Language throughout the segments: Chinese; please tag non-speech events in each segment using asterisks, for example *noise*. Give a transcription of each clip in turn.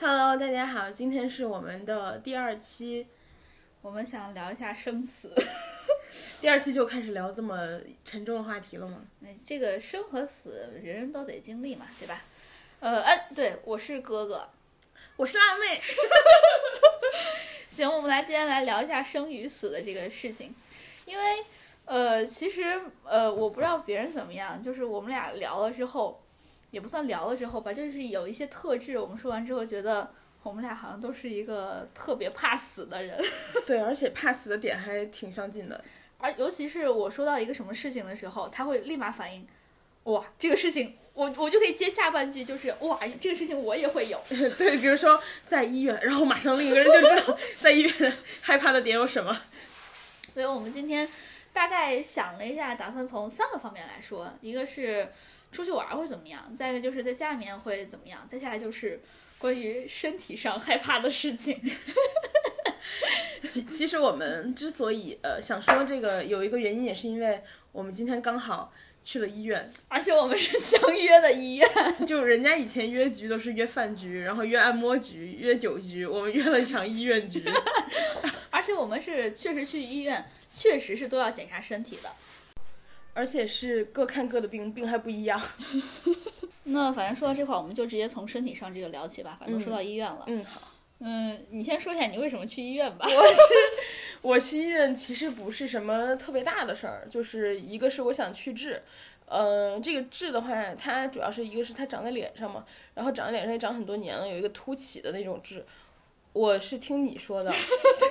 Hello，大家好，今天是我们的第二期，我们想聊一下生死。第二期就开始聊这么沉重的话题了吗？哎这个生和死，人人都得经历嘛，对吧？呃，哎、对，我是哥哥。我是辣妹，行，我们来今天来聊一下生与死的这个事情，因为呃，其实呃，我不知道别人怎么样，就是我们俩聊了之后，也不算聊了之后吧，就是有一些特质，我们说完之后觉得我们俩好像都是一个特别怕死的人。对，而且怕死的点还挺相近的。 *laughs* 而尤其是我说到一个什么事情的时候，他会立马反应，哇，这个事情我我就可以接下半句，就是哇，这个事情我也会有。 *laughs* 对，比如说在医院，然后马上另一个人就知道在医院害怕的点有什么。所以我们今天大概想了一下，打算从三个方面来说，一个是出去玩儿会怎么样，再一个就是在家里面会怎么样，再下来就是关于身体上害怕的事情。 *laughs* 其其实我们之所以呃想说这个，有一个原因也是因为我们今天刚好去了医院，而且我们是相约的医院， *laughs* 就人家以前约局都是约饭局，然后约按摩局、约酒局，我们约了一场医院局。而且我们是确实去医院，确实是都要检查身体的。 *laughs* 而且是各看各的病，病还不一样。那反正说到这块儿，我们就直接从身体上这个聊起吧。反正都说到医院了，嗯，好。嗯，你先说一下你为什么去医院吧。我去医院其实不是什么特别大的事儿，就是一个是我想去痣，呃，这个痣的话，它主要是一个是它长在脸上嘛，然后长在脸上也长很多年了，有一个凸起的那种痣。我是听你说的，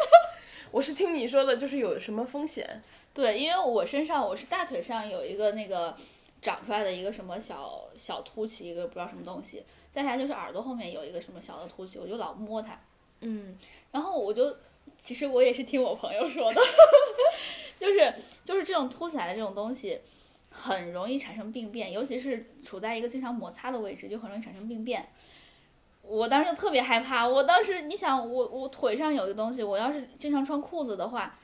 *laughs* 我是听你说的，就是有什么风险？ *laughs* 对，因为我身上我是大腿上有一个那个长出来的一个什么小小凸起，一个不知道什么东西，再下来就是耳朵后面有一个什么小的凸起，我就老摸它，嗯，然后我就其实我也是听我朋友说的， *laughs* 就是就是这种凸起来的这种东西。很容易产生病变，尤其是处在一个经常摩擦的位置，就很容易产生病变。我当时就特别害怕，我当时你想，我我腿上有一个东西，我要是经常穿裤子的话，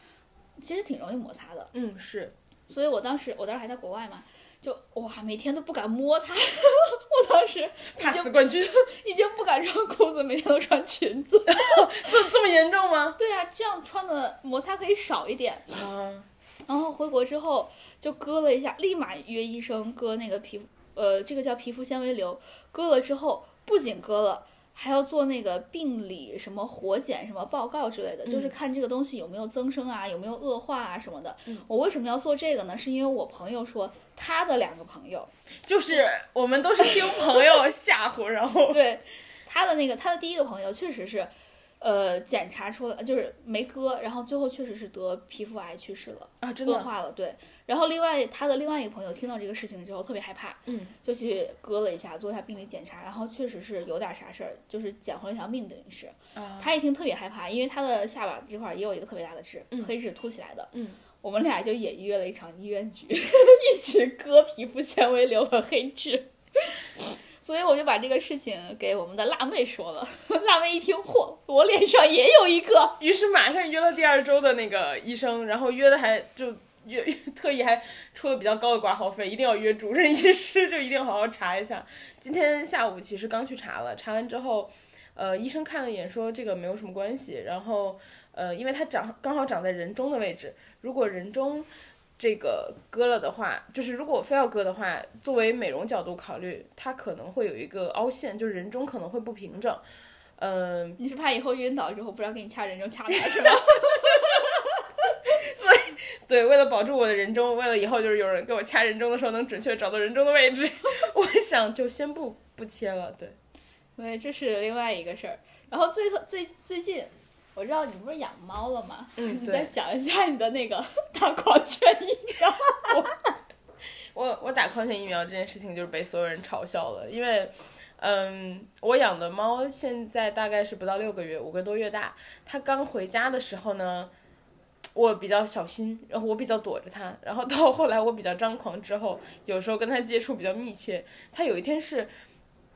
其实挺容易摩擦的。嗯，是所以我当时我当时还在国外嘛，就哇每天都不敢摸它， *laughs* 我当时怕死冠军，已经不敢穿裤子，每天都穿裙子。这 *laughs* 这么严重吗？对啊，这样穿的摩擦可以少一点。啊，然后回国之后就割了一下，立马约医生割那个皮肤，呃，这个叫皮肤纤维瘤。割了之后不仅割了。还要做那个病理什么活检什么报告之类的，就是看这个东西有没有增生啊，有没有恶化啊什么的。我为什么要做这个呢？是因为我朋友说他的两个朋友 *laughs* 就是我们都是听朋友吓唬，然后对，他的那个他的第一个朋友确实是，呃，检查出了就是没割，然后最后确实是得皮肤癌去世了，啊，真恶的，化了。对，然后另外他的另外一个朋友听到这个事情之后特别害怕，嗯，就去割了一下，做一下病理检查，然后确实是有点啥事儿，就是捡回了一条命，等于是。啊他一听特别害怕，因为他的下巴这块儿也有一个特别大的痣，嗯黑痣凸起来的。嗯，我们俩就也约了一场医院局， *laughs* 一起割皮肤纤维瘤和黑痣。 *laughs* 所以我就把这个事情给我们的辣妹说了，辣妹一听，嚯，我脸上也有一个，于是马上约了第二周的那个医生，然后约的还就约 *laughs* 特意还出了比较高的挂号费，一定要约主任医师，就一定好好查一下。今天下午其实刚去查了，查完之后，呃，医生看了一眼说这个没有什么关系，然后呃，因为它长刚好长在人中的位置，如果人中。这个呃割了的话，就是如果非要割的话，作为美容角度考虑，它可能会有一个凹陷，就是人中可能会不平整。嗯、你是怕以后晕倒之后不知道给你掐人中掐哪儿是吧？对，为了保住我的人中，为了以后就是有人给我掐人中的时候能准确找到人中的位置， *laughs* 我想就先不不切了。对，对，这是另外一个事儿。然后最后最最近，我知道你不是养猫了吗？嗯你对再讲一下你的那个 *laughs* 大狂犬疫苗。我我打狂犬疫苗这件事情就是被所有人嘲笑了，因为，嗯，我养的猫现在大概是不到六个月，五个多月大，它刚回家的时候呢。我比较小心，然后我比较躲着它，然后到后来我比较张狂之后，有时候跟它接触比较密切，它有一天是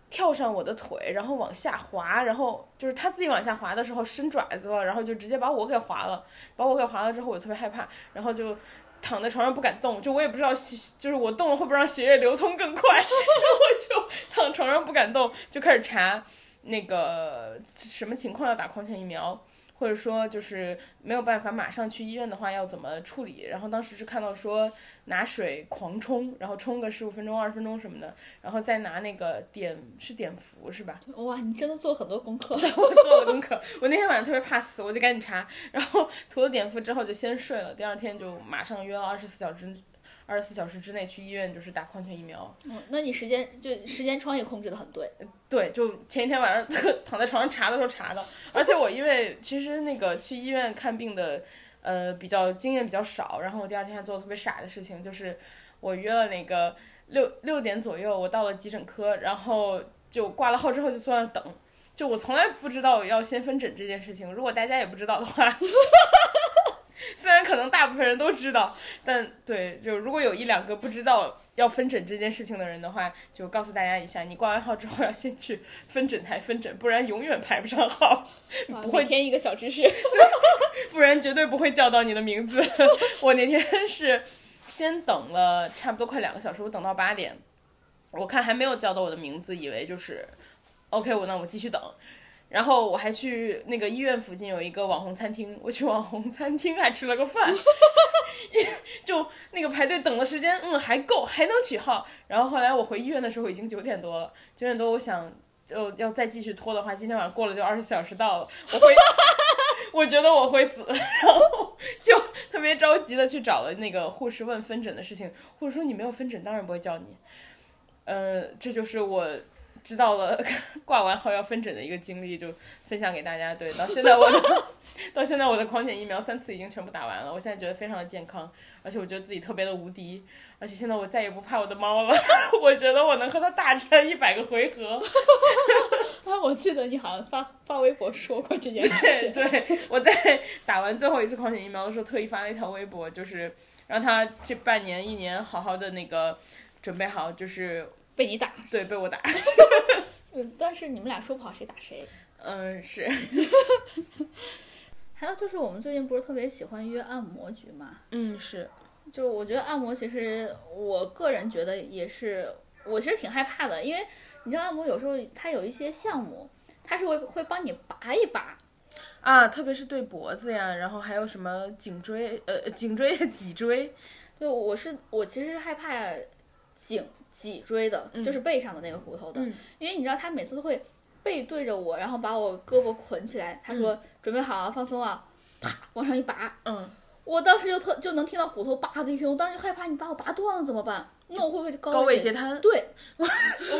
跳上我的腿，然后往下滑，然后就是它自己往下滑的时候伸爪子了，然后就直接把我给滑了，把我给滑了之后，我特别害怕，然后就躺在床上不敢动，就我也不知道血，就是我动了 *laughs* 会不会让血液流通更快，然后我就躺床上不敢动，就开始查。那个什么情况要打狂犬疫苗，或者说就是没有办法马上去医院的话要怎么处理。然后当时是看到说拿水狂冲，然后冲个十五分钟、二十分钟什么的，然后再拿那个碘是碘伏是吧？哇，你真的做很多功 *laughs* 课。我做了功课， *laughs* 我那天晚上特别怕死，我就赶紧查，然后涂了碘伏之后就先睡了，第二天就马上约了二十四小时。二十四小时之内去医院就是打狂犬疫苗，嗯，那你时间就时间窗也控制的很对。对，就前一天晚上躺在床上查的时候查的，而且我因为其实那个去医院看病的，呃，比较经验比较少，然后我第二天还做了特别傻的事情，就是我约了那个六六点左右，我到了急诊科，然后就挂了号之后就坐那儿等，就我从来不知道要先分诊这件事情，如果大家也不知道的话。 *laughs* 虽然可能大部分人都知道，但对，就如果有一两个不知道要分诊这件事情的人的话，就告诉大家一下，你挂完号之后要先去分诊台分诊，不然永远排不上号， *laughs* 哇不会每天一个小知识。 *laughs* 不然绝对不会叫到你的名字。 *laughs* 我那天是先等了差不多快两个小时，我等到八点，我看还没有叫到我的名字，以为就是 OK，我那我继续等。然后我还去那个医院附近有一个网红餐厅，我去网红餐厅还吃了个饭，就那个排队等的时间，嗯，还够，还能取号。然后后来我回医院的时候已经九点多了，九点多我想就要再继续拖的话，今天晚上过了就二十小时到了，我回， *laughs* 我觉得我会死，然后就 *laughs* 特别着急的去找了那个护士问分诊的事情，护士说你没有分诊，当然不会叫你。呃，这就是我知道了 *laughs* 挂完号要分诊的一个经历，就分享给大家。对，到现在我的 *laughs* 到现在我的狂犬疫苗三次已经全部打完了，我现在觉得非常的健康，而且我觉得自己特别的无敌，而且现在我再也不怕我的猫了， *laughs* 我觉得我能和它大战一百个回合。啊，我记得你好像发发微博说过这件事对情。 *laughs* 对，我在打完最后一次狂犬疫苗的时候，特意发了一条微博，就是让他这半年一年好好的那个准备好，就是被你打。对被我打， *laughs* 嗯，但是你们俩说不好谁打谁。嗯是，还有就是我们最近不是特别喜欢约按摩局嘛？嗯是，就是我觉得按摩其实我个人觉得也是，我其实挺害怕的，因为你知道按摩有时候它有一些项目，它是会会帮你拔一拔。啊，特别是对脖子呀，然后还有什么颈椎，呃颈椎脊椎，对，我是我其实害怕颈脊椎的，就是背上的那个骨头的，嗯因为你知道他每次都会背对着我，然后把我胳膊捆起来，他说、准备好啊，放松啊，啪往上一拔，嗯，我当时就特就能听到骨头叭的一声，我当时就害怕你把我拔断了怎么办？那我会不会就高高位截截瘫，对， *laughs* 我们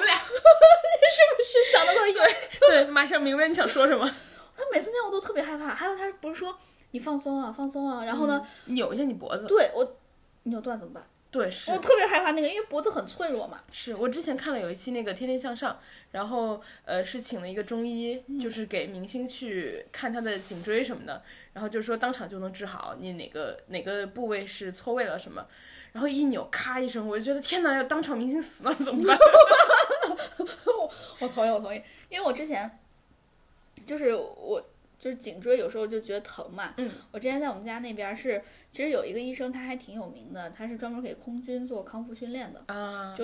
俩 *laughs* 是想的都一样。对马上明白你想说什么， *laughs* 他每次那样我都特别害怕。还有他不是说你放松啊，放松啊，然后呢，扭一下你脖子，对我扭断怎么办？对是我特别害怕那个，因为脖子很脆弱嘛。是我之前看了有一期那个《天天向上》，然后呃是请了一个中医，就是给明星去看他的颈椎什么的，然后就说当场就能治好，你哪个哪个部位是错位了什么，然后一扭咔一声，我就觉得天哪，要当场明星死了怎么办？ *laughs* 我同意，我同意，因为我之前就是我就是颈椎有时候就觉得疼嘛。嗯，我之前在我们家那边是，其实有一个医生他还挺有名的，他是专门给空军做康复训练的。啊，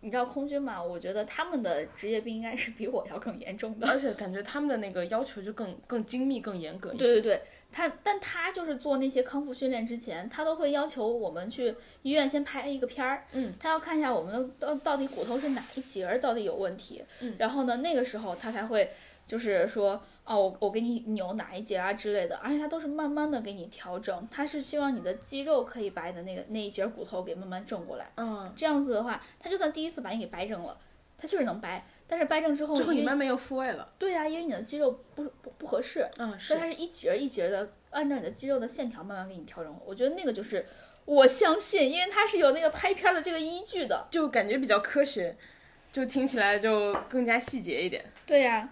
你知道空军嘛？我觉得他们的职业病应该是比我要更严重 *laughs* 的。而且感觉他们的那个要求就更更精密、更严格一些。对对对，他但他就是做那些康复训练之前，他都会要求我们去医院先拍一个片儿，嗯，他要看一下我们的到到底骨头是哪一节儿到底有问题，嗯然后呢，那个时候他才会就是说，哦，我我给你扭哪一节啊之类的，而且他都是慢慢的给你调整，他是希望你的肌肉可以把你的那个那一节儿骨头给慢慢正过来，嗯，这样子的话，他就算第一次把你给掰正了，他就是能掰，但是掰正之后，最后你因为慢慢又复位了。对啊，因为你的肌肉不不不合适。嗯，所以是它是一节儿一节儿的，按照你的肌肉的线条慢慢给你调整。我觉得那个就是我相信，因为它是有那个拍片儿的这个依据的。就感觉比较科学，就听起来就更加细节一点。对呀、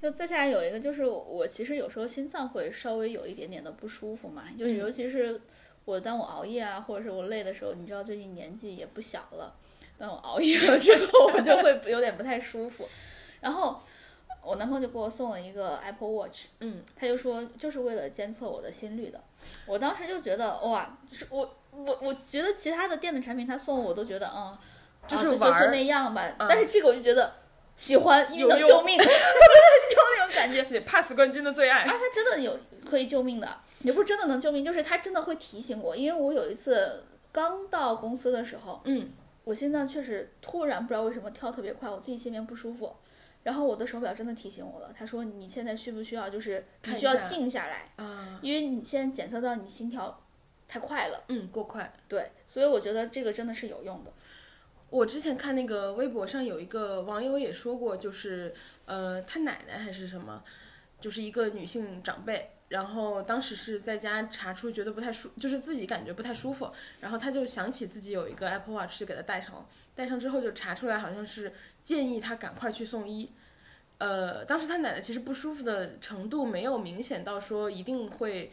就再下来有一个就是我其实有时候心脏会稍微有一点点的不舒服嘛，就是嗯尤其是我当我熬夜啊，或者是我累的时候，你知道最近年纪也不小了，当我熬夜了之后，我就会 *laughs* 有点不太舒服。然后我男朋友就给我送了一个 Apple Watch，嗯，他就说就是为了监测我的心率的。我当时就觉得哇，是我我我觉得其他的电子产品他送我都觉得嗯，就啊是就玩就儿那样吧，嗯但是这个我就觉得喜欢晕的 *laughs* 有用救命，你知道那种感觉。对，pass 冠军的最爱啊，。它真的有可以救命的，也不是真的能救命，就是它真的会提醒我。因为我有一次刚到公司的时候，嗯，我心脏确实突然不知道为什么跳特别快，我自己心里面不舒服。然后我的手表真的提醒我了，他说你现在需不需要，就是你看一需要下静下来，啊，因为你现在检测到你心跳太快了，嗯，过快。对，所以我觉得这个真的是有用的。我之前看那个微博上有一个网友也说过，就是呃，他奶奶还是什么，就是一个女性长辈，然后当时是在家查出觉得不太舒，就是自己感觉不太舒服，然后他就想起自己有一个 Apple Watch 就给他戴上了，戴上之后就查出来好像是建议他赶快去送医。呃，当时他奶奶其实不舒服的程度没有明显到说一定会，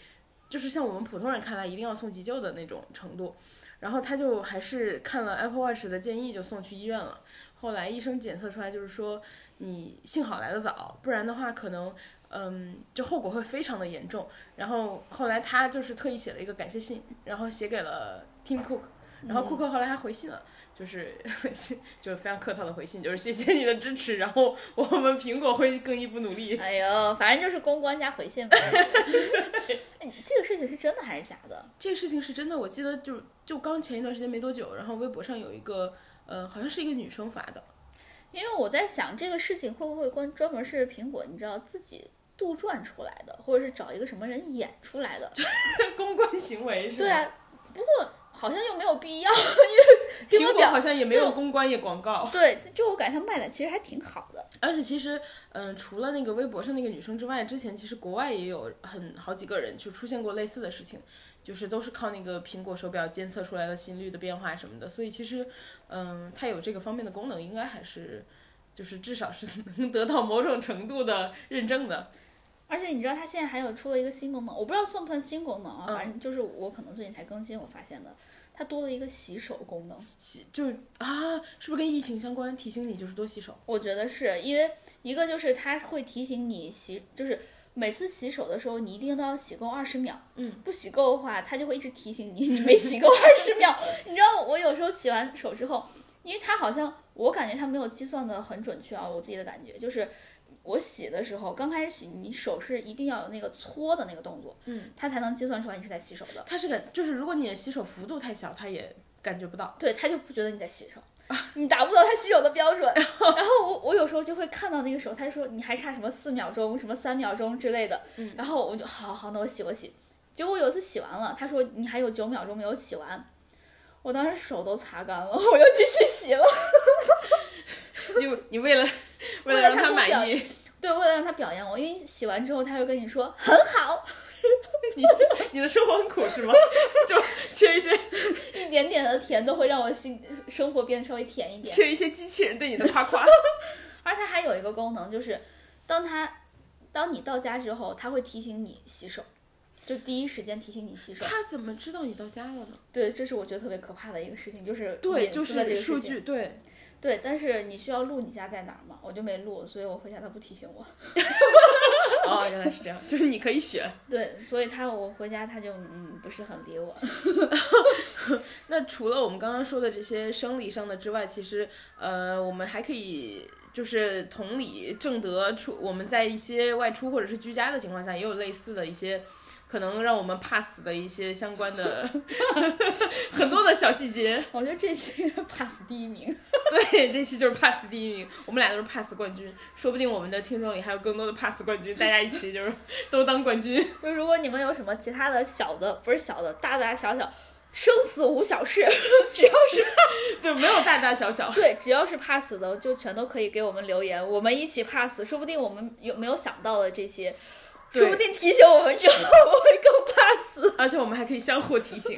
就是像我们普通人看来一定要送急救的那种程度，然后他就还是看了 Apple Watch 的建议，就送去医院了。后来医生检测出来，就是说你幸好来得早，不然的话可能，嗯，就后果会非常的严重。然后后来他就是特意写了一个感谢信，然后写给了 Tim Cook，然后库克后来还回信了，就是 *laughs* 就非常客套的回信，就是谢谢你的支持，然后我们苹果会更一步努力。哎呦，反正就是公关加回信吧。 *laughs* 哎，这个事情是真的还是假的？这个事情是真的，我记得就就刚前一段时间没多久，然后微博上有一个，呃，好像是一个女生发的，因为我在想这个事情会不会关专门是苹果，你知道自己杜撰出来的，或者是找一个什么人演出来的？公关行为是吧？对啊，不过好像又没有必要，因苹为苹果表好像也没有公关也广告，对，就我感觉它卖的其实还挺好的。而且其实，嗯、除了那个微博上那个女生之外，之前其实国外也有很好几个人就出现过类似的事情，就是都是靠那个苹果手表监测出来的心率的变化什么的，所以其实，嗯、它有这个方面的功能，应该还是就是至少是 *laughs* 能得到某种程度的认证的。而且你知道它现在还有出了一个新功能，我不知道算不算新功能啊，嗯反正就是我可能最近才更新，我发现的，它多了一个洗手功能。洗就是啊，是不是跟疫情相关？提醒你就是多洗手。我觉得是因为一个就是它会提醒你洗，就是每次洗手的时候你一定都要洗够二十秒，嗯，不洗够的话，它就会一直提醒你你没洗够二十 *laughs* 秒。你知道我有时候洗完手之后，因为它好像我感觉它没有计算的很准确啊，我自己的感觉就是。我洗的时候，刚开始洗，你手是一定要有那个搓的那个动作，嗯，它才能计算出来你是在洗手的。它是感就是如果你的洗手幅度太小，它也感觉不到。对他就不觉得你在洗手，你达不到他洗手的标准。然后我我有时候就会看到那个时候，他说你还差什么四秒钟，什么三秒钟之类的，然后我就好好，那我洗我洗。结果有一次洗完了，他说你还有九秒钟没有洗完，我当时手都擦干了，我又继续洗了。 *laughs* 你你为 *laughs* 了为为了了让它他多满表意。对，为了让他表扬我，因为你洗完之后他又跟你说很好，你你的生活很苦是 *laughs* 吗？就缺一些一点点的甜都会让我心生活变得稍微甜一点。缺一些机器人对你的夸夸。而它还有一个功能，就是当它当你到家之后，它会提醒你洗手，就第一时间提醒你洗 *laughs* 手。他怎么知道你到家了呢？对，这是我觉得特别可怕的一个事情，就是对，隐就私的这是个事数情。据，对，对，但是你需要录你家在哪儿嘛？我就没录，所以我回家它不提 *laughs* 醒我。哦，原来是这样，就是你可以选。对，所以它我回家它就嗯不是很理我。 *laughs* 那除了我们刚刚说的这些生理上的之外，其实呃，我们还可以就是同理正得出我们在一些外出或者是居家的情况下，也有类似的一些可能让我们怕死的一些相关的 *laughs* 很多的小细节。我觉得这期 pass 第一名。对，这期就是 pass 第一名，我们俩都是 pass 冠军，说不定我们的听众里还有更多的 pass 冠军，大家一起就是都当冠军。就如果你们有什么其他的小的，不是小的，大大小小。生死无小事， *laughs* 只要是就没有大大小小。对，只要是怕死的，就全都可以给我们留言，我们一起怕死，说不定我们有没有想到的这些，对 *laughs* 说不定提醒我们之后，我们会更怕死。而且我们还可以相互提醒，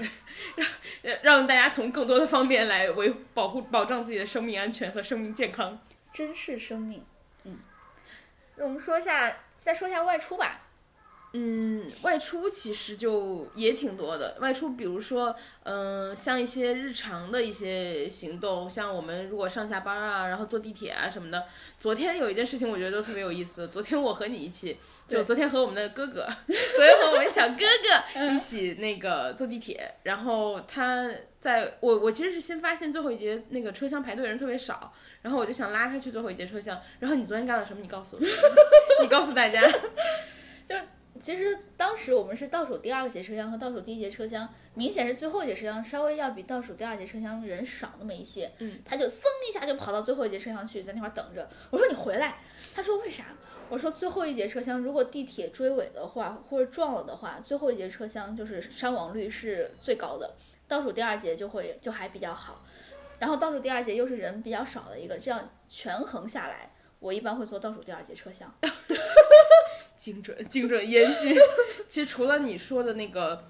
让呃让大家从更多的方面来维保护保障自己的生命安全和生命健康。珍视生命，嗯。那我们说一下，再说一下外出吧。嗯，外出其实就也挺多的。外出，比如说，嗯、像一些日常的一些行动，像我们如果上下班啊，然后坐地铁啊什么的。昨天有一件事情，我觉得都特别有意思。昨天我和你一起，就对昨天和我们的哥 *laughs* 哥，昨天和我们小哥哥一起那个坐地铁，然后他在我我其实是先发现最后一节那个车厢排队人特别少，然后我就想拉他去最后一节车厢。然后你昨天干了什么？你告诉我， *laughs* 你告诉大家。其实当时我们是倒数第二个节车厢和倒数第一节车厢，明显是最后一节车厢稍微要比倒数第二节车厢人少那么一些。嗯，他就噌一下就跑到最后一节车厢去，在那块儿等着。我说你回来，他说为啥？我说最后一节车厢如果地铁追尾的话，或者撞了的话，最后一节车厢就是伤亡率是最高的，倒数第二节就会就还比较好。然后倒数第二节又是人比较少的一个，这样权衡下来，我一般会坐倒数第二节车厢。精准、 *laughs* 精准、严谨。其实除了你说的那个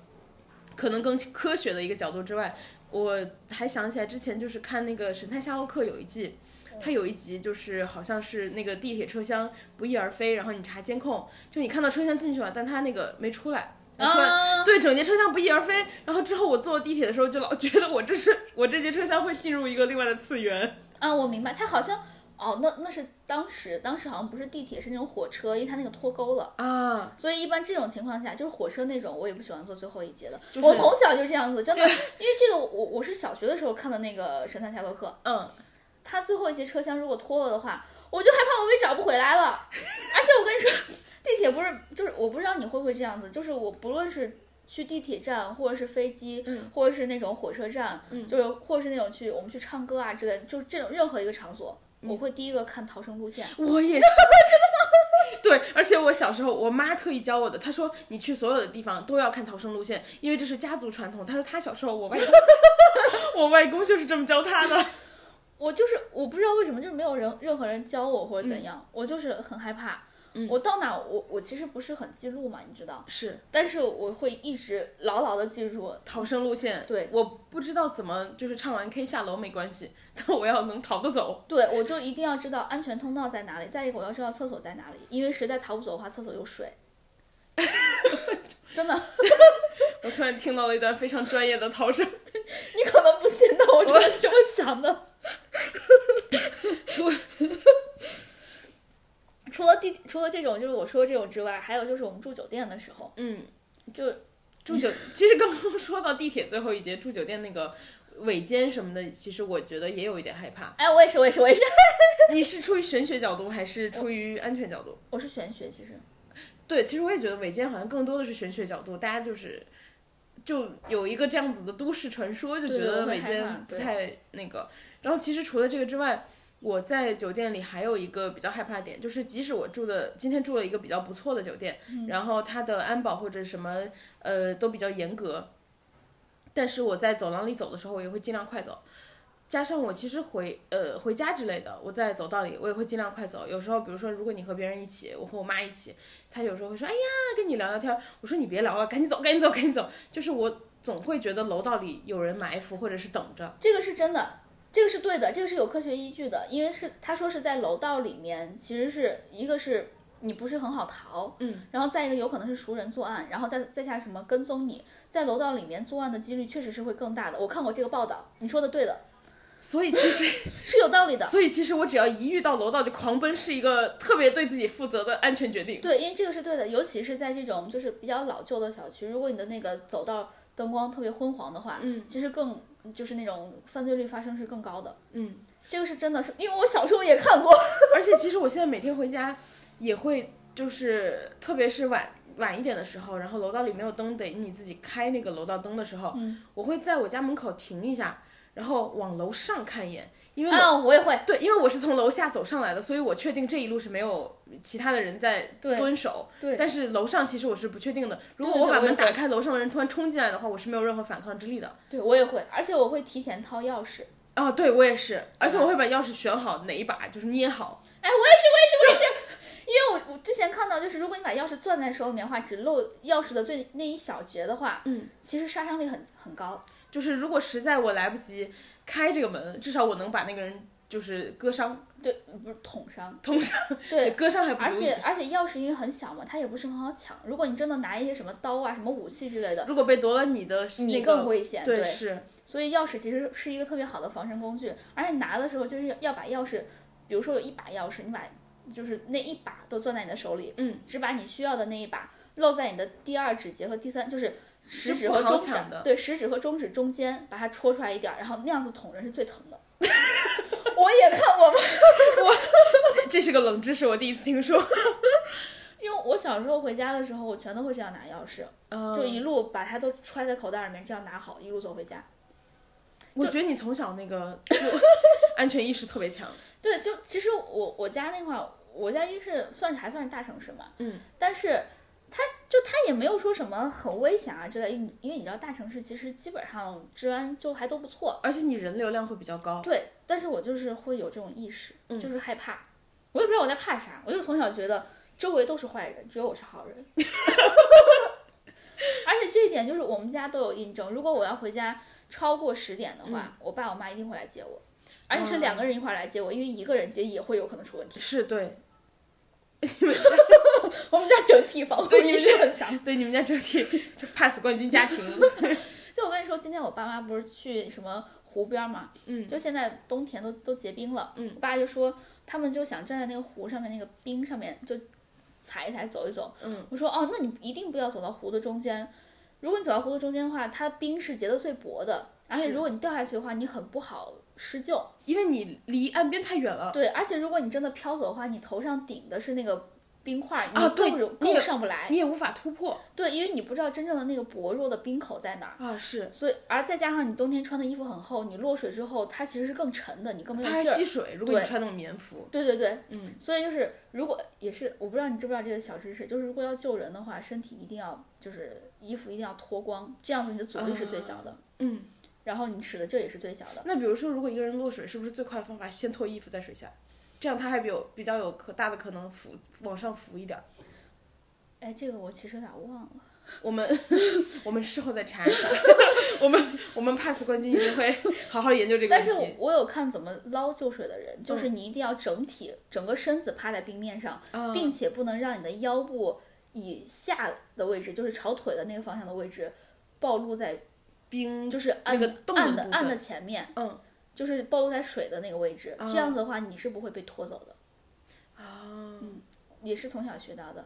可能更科学的一个角度之外，我还想起来之前就是看那个《神探夏洛克》有一季。它有一集就是好像是那个地铁车厢不翼而飞，然后你查监控，就你看到车厢进去了，但它那个没出来，然后出来啊，对，整节车厢不翼而飞。然后之后我坐地铁的时候，就老觉得我这是我这节车厢会进入一个另外的次元。啊，我明白，他好像哦，那那是当时，当时好像不是地铁，是那种火车，因为它那个脱钩了。啊，所以一般这种情况下，就是火车那种，我也不喜欢坐最后一节的。就是我从小就这样子，真的，因为这个我我是小学的时候看的那个《神探夏洛克》，嗯，他最后一节车厢如果脱了的话，我就害怕我被找不回来了。而且我跟你说，地铁不是就是我不知道你会不会这样子，就是我不论是去地铁站，或者是飞机，嗯或者是那种火车站，嗯就是或者是那种去我们去唱歌啊之类的，就是这种任何一个场所，嗯我会第一个看逃生路线。我 *laughs* 也是，真的吗？对，而且我小时候，我妈特意教我的。她说你去所有的地方都要看逃生路线，因为这是家族传统。她说她小时候，我 *laughs* 外公，我外公就是这么教她的。我就是我不知道为什么，就是没有人任何人教我或者怎样，我就是很害怕。嗯我到哪儿我我其实不是很记录嘛，你知道，是但是我会一直牢牢的记住。 *laughs* 逃生路线，对我不知道怎么就是唱完 K 下楼没关系，但我要能逃得走。对，我就一定要知道安全通道在哪里，再一个我要知道厕所在哪里，因为实在逃不走的话，厕所有水。真的，我突然听到了一段非常专业的逃生。你可能不信，但我真的是这么想的。除除了地，除了这种就是我说这种之外，还有就是我们住酒店的时候，嗯，就住酒，其实刚刚说到地铁最后一节住酒店那个尾间什么的，其实我觉得也有一点害怕。哎，我也是，我也是，我也是，你是出于玄学角度还是出于安全角度？我是玄学，其实对，其实我也觉得尾间好像更多的是玄学角度，大家就是就有一个这样子的都市传说，就觉对对得我会尾害怕间不对太那个。然后其实除了这个之外，我在酒店里还有一个比较害怕的点，就是即使我住的今天住了一个比较不错的酒店，嗯然后它的安保或者什么呃都比较严格，但是我在走廊里走的时候，我也会尽量快走。加上我其实回呃回家之类的，我在走道里我也会尽量快走。有时候比如说，如果你和别人一起，我和我妈一起，她有时候会说：“哎呀，跟你聊聊天儿。”我说：“你别聊了，赶紧走，赶紧走，赶紧走。”就是我总会觉得楼道里有人埋伏或者是等着。这个是真的，这个是对的，这个是有科学依据的，因为是他说是在楼道里面，其实是一个是你不是很好逃，嗯，然后再一个有可能是熟人作案，然后再再下什么跟踪你，在楼道里面作案的几率确实是会更大的，我看过这个报道，你说的对的，所以其实， *laughs*，是有道理的所以其实我只要一遇到楼道就狂奔，是一个特别对自己负责的安全决定。对，因为这个是对的，尤其是在这种就是比较老旧的小区，如果你的那个走道灯光特别昏黄的话，嗯其实更就是那种犯罪率发生是更高的，嗯，这个是真的是，因为我小时候也看过，而且其实我现在每天回家也会，就是特别是晚晚一点的时候，然后楼道里没有灯，得你自己开那个楼道灯的时候，嗯我会在我家门口停一下，然后往楼上看一眼，因为楼、啊，我也会。哎对，因为我是从楼下走上来的，所以我确定这一路是没有其他的人在对蹲守。对但是楼上其实我是不确定的，如果对对我把我也门打会开，楼上的人突然冲进来的话，我是没有任何反抗之力的。对我也会，而且我会提前掏钥匙。啊，对我也是，而嗯且我会把钥匙选好哪一把，就是捏好。哎，我也是，我也是，我也是，因为我我之前看到，就是如果你把钥匙攥在手里面的话，只露钥匙的最那一小节的话，嗯，其实杀伤力很很高。就是如果实在我来不及开这个门，至少我能把那个人就是割伤，对，不是捅伤，捅伤，对，割伤还不而足以且而且钥匙因为很小嘛，它也不是很好抢。如果你真的拿一些什么刀啊、什么武器之类的，如果被夺了你的你那更个，危险。对，是， *laughs* 所以钥匙其实是一个特别好的防身工具，而且拿的时候就是要把钥匙，比如说有一把钥匙，你把就是那一把都攥在你的手里，嗯，只把你需要的那一把露在你的第二指节和第三，就是食指不和好中指抢的，对，食指和中指中间把它戳出来一点儿，然后那样子捅人是最疼的。 *laughs* 我也看我这是个冷知识，我第一次听嗯说。因为我小时候回家的时候，我全都会这样拿钥匙，就一嗯，路把它都揣在口袋里面，这样拿好，一路走回家。我觉得你从小那个 *laughs* 就安全意识特别强，对，就其实我我家那块儿，我家因为是算是还算是大城市嘛，嗯，但是它就它也没有说什么很危险啊之类，因为因为你知道大城市其实基本上治安就还都不错，而且你人流量会比较高。对，但是我就是会有这种意识，哦嗯就是害怕，我也不知道我在怕啥，我就从小觉得周围都是坏人，只有我是好人。 *laughs* 而且这一点就是我们家都有印证，如果我要回家超过十点的话，我爸我妈一定会来接我，而且是两个人一块儿来接我，因为一个人接也会有可能出问题。是对，我们家整体防护对你意们识很强。 *laughs* 对你们家整体 *laughs* 就 pass 冠军家庭，就我跟你说，今天我爸妈不是去什么湖边儿嘛，嗯，就现在冬天都都结冰了，嗯我爸就说他们就想站在那个湖上面那个冰上面就踩一踩走一走，嗯，我说哦，那你一定不要走到湖的中间，如果你走到湖的中间的话，它冰是结的最薄的，而且是如果你掉下去的话，你很不好施救，因为你离岸边太远了。对，而且如果你真的飘走的话，你头上顶的是那个。冰块儿，你啊对更容那更个上不来，你也无法突破对，因为你不知道真正的那个薄弱的冰口在哪儿。啊！是，所以，而再加上你冬天穿的衣服很厚，你落水之后，它其实是更沉的，你更没有它还劲儿。吸水。如果你对穿那种棉服，对对对，嗯，所以就是如果也是，我不知道你知不知道这个小知识，就是如果要救人的话，身体一定要就是衣服一定要脱光，这样子你的阻力是最小的，嗯，然后你使的劲儿也是最小的。那比如说，如果一个人落水，是不是最快的方法先脱衣服在水下？这样他还比有比较有可大的可能浮往上浮一点儿。哎，这个我其实有点忘了。我们 *laughs* 我们事后再查一 *laughs* 查，我们我们 pass 冠军一定会好好研究这个但问是我题。嗯我有看怎么捞救水的人，就是你一定要整体、整个身子趴在冰面上，啊并且不能让你的腰部以下的位置，就是朝腿的那个方向的位置，暴露在冰就是按那个洞的按的部分按的前面，嗯，就是暴露在水的那个位置。啊这样子的话，你是不会被拖走的，嗯啊，也是从小学到 *laughs* 的。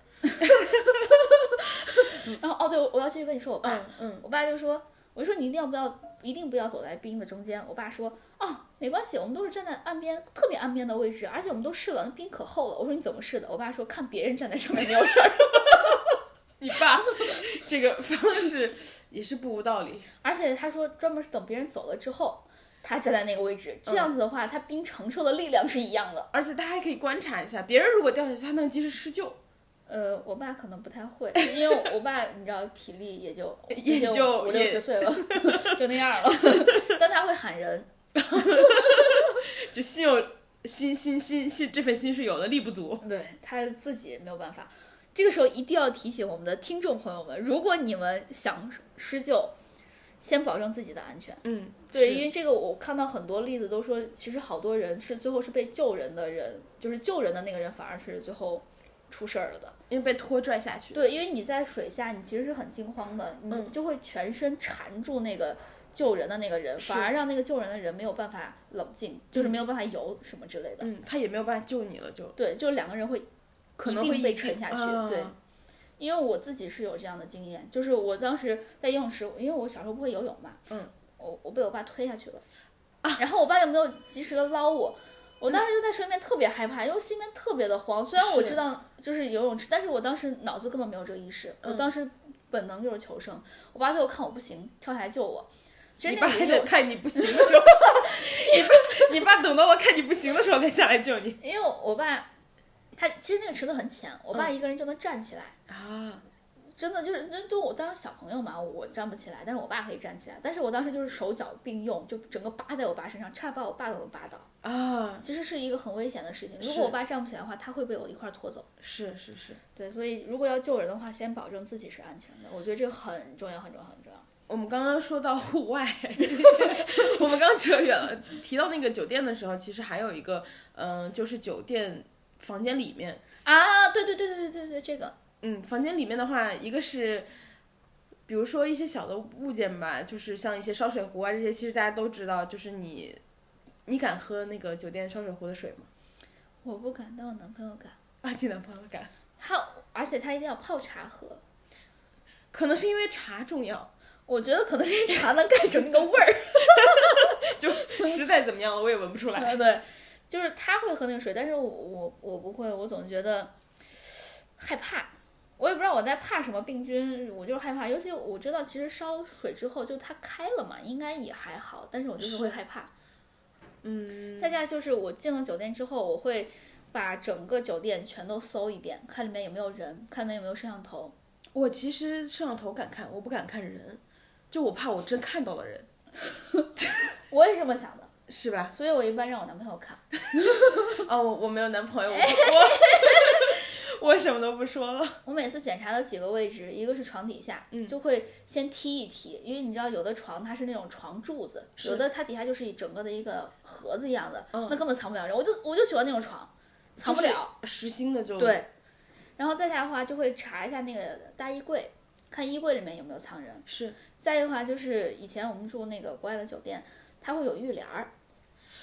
然后哦，对，我要继续跟你说，我爸，嗯嗯，我爸就说，我说你一定要不要，一定不要走在冰的中间。我爸说，哦，没关系，我们都是站在岸边，特别岸边的位置，而且我们都试了，那冰可厚了。我说你怎么试的？我爸说看别人站在上面没有事儿。你爸这个方式也是不无道理。而且他说专门是等别人走了之后，他站在那个位置，这样子的话，他冰承受的力量是一样的。而且他还可以观察一下，别人如果掉下去，他能及时施救，呃，我爸可能不太 *laughs* 会，因为我爸你知道体力 *laughs* 也就也就就五六也十岁 *laughs* 了，就那 *laughs* 样了，但他会喊人。就心有心心心心这份心是有了，力不足。对他自己没有办法。这个时候一定要提醒我们的听众朋友们，如果你们想施救，先保证自己的安全。嗯，对，是因为这个我看到很多例子都说，其实好多人是最后是被救人的人，就是救人的那个人反而是最后出事儿了的。因为被拖拽下去。对，因为你在水下，你其实是很惊慌的，你嗯就会全身缠住那个救人的那个人，是嗯反而让那个救人的人没有办法冷静，就是没有办法游什么之类的。嗯，他也没有办法救你了，就对，就是两个人会可一能并会一被并沉下去。啊对，因为我自己是有这样的经验，就是我当时在游泳池，因为我小时候不会游泳嘛，嗯，啊我我被我爸推下去了，然后我爸又没有及时的捞我，我当时就在水里面特别害怕，因为心里面特别的慌。虽然我是知道就是游泳池，但是我当时脑子根本没有这个意识，我嗯当时本能就是求生。我爸最后看我不行，跳下来救我。其实你那爸个还游得泳，看你不行的 *laughs* 时候，你爸你爸等到我看你不行的时候再下来救你因为我爸他其实那个池子很浅，我嗯爸一个人就能站起来。啊！真的就是，那对我当时小朋友嘛，我站不起来，但是我爸可以站起来。但是我当时就是手脚并用，就整个扒在我爸身上，差点把我爸都能扒倒。啊，其实是一个很危险的事情，如是果我爸站不起来的话，他会被我一块儿拖走。是是是，对，所以如果要救人的话，先保证自己是安全的，我觉得这个很重要，很重要，很重要。我们刚刚说到户 *laughs* 外，我们刚扯远了。提到那个酒店的时候，其实还有一个，嗯、就是酒店房间里面，啊，对对对对对对对，这个嗯，房间里面的话，一个是，比如说一些小的物件吧，就是像一些烧水壶啊这些，其实大家都知道，就是你，你敢喝那个酒店烧水壶的水吗？我不敢，但我男朋友敢。啊，你男朋友敢？他而且他一定要泡茶喝，可能是因为茶重 *laughs* 要，我觉得可能是茶能盖住那个味儿。就实在怎么样了，我也闻不出来。对 *laughs* 对，就是他会喝那个水，但是我我我不会，我总觉得害怕。我也不知道我在怕什么病菌，我就是害怕。尤其我知道，其实烧水之后就它开了嘛，应该也还好，但是我就是会是害怕。嗯，再加上就是我进了酒店之后，我会把整个酒店全都搜一遍，看里面有没有人，看里面有没有摄像头。我其实摄像头敢看，我不敢看人，就我怕我真看到了人，我也是这么想的，是吧？所以我一般让我男朋友看。 *laughs* 哦，我我没有男朋 *laughs* 友，我我我 *laughs* 什么都不说了。我每次检查的几个位置，一个是床底下，嗯就会先踢一踢，因为你知道有的床它是那种床柱子，是嗯有的它底下就是一整个的一个盒子一样的，那根本藏不了人。我就我就喜欢那种床，藏不了。实心的就对，然后再下的话就会查一下那个大衣柜，看衣柜里面有没有藏人。是再一个话就是以前我们住那个国外的酒店，它会有浴帘儿，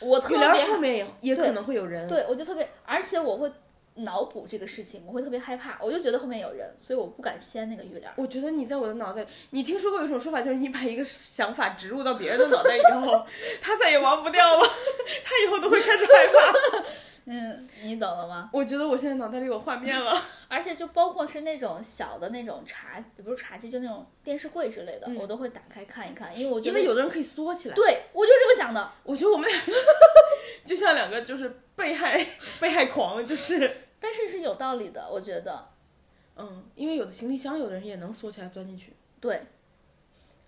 我特浴帘别后面也也对可能会有人。对，我就特别，而且我会脑补这个事情，我会特别害怕，我就觉得后面有人，所以我不敢掀那个浴帘。我觉得你在我的脑袋里，你听说过有一种说法，就是你把一个想法植入到别人的脑袋以后， *laughs* 他再也忘不掉了， *laughs* 他以后都会开始害怕。 *laughs* 嗯，你懂了吗？我觉得我现在脑袋里有画面了。而且就包括是那种小的那种茶，也不是茶几，就那种电视柜之类的，嗯我都会打开看一看，因为我觉因得为有的人可以缩起来，对我就是这么想的。我觉得我 *laughs* 们俩就像两个就是被害被害狂，就是但是是有道理的，我觉得嗯，因为有的行李箱，有的人也能缩起来钻进去。对。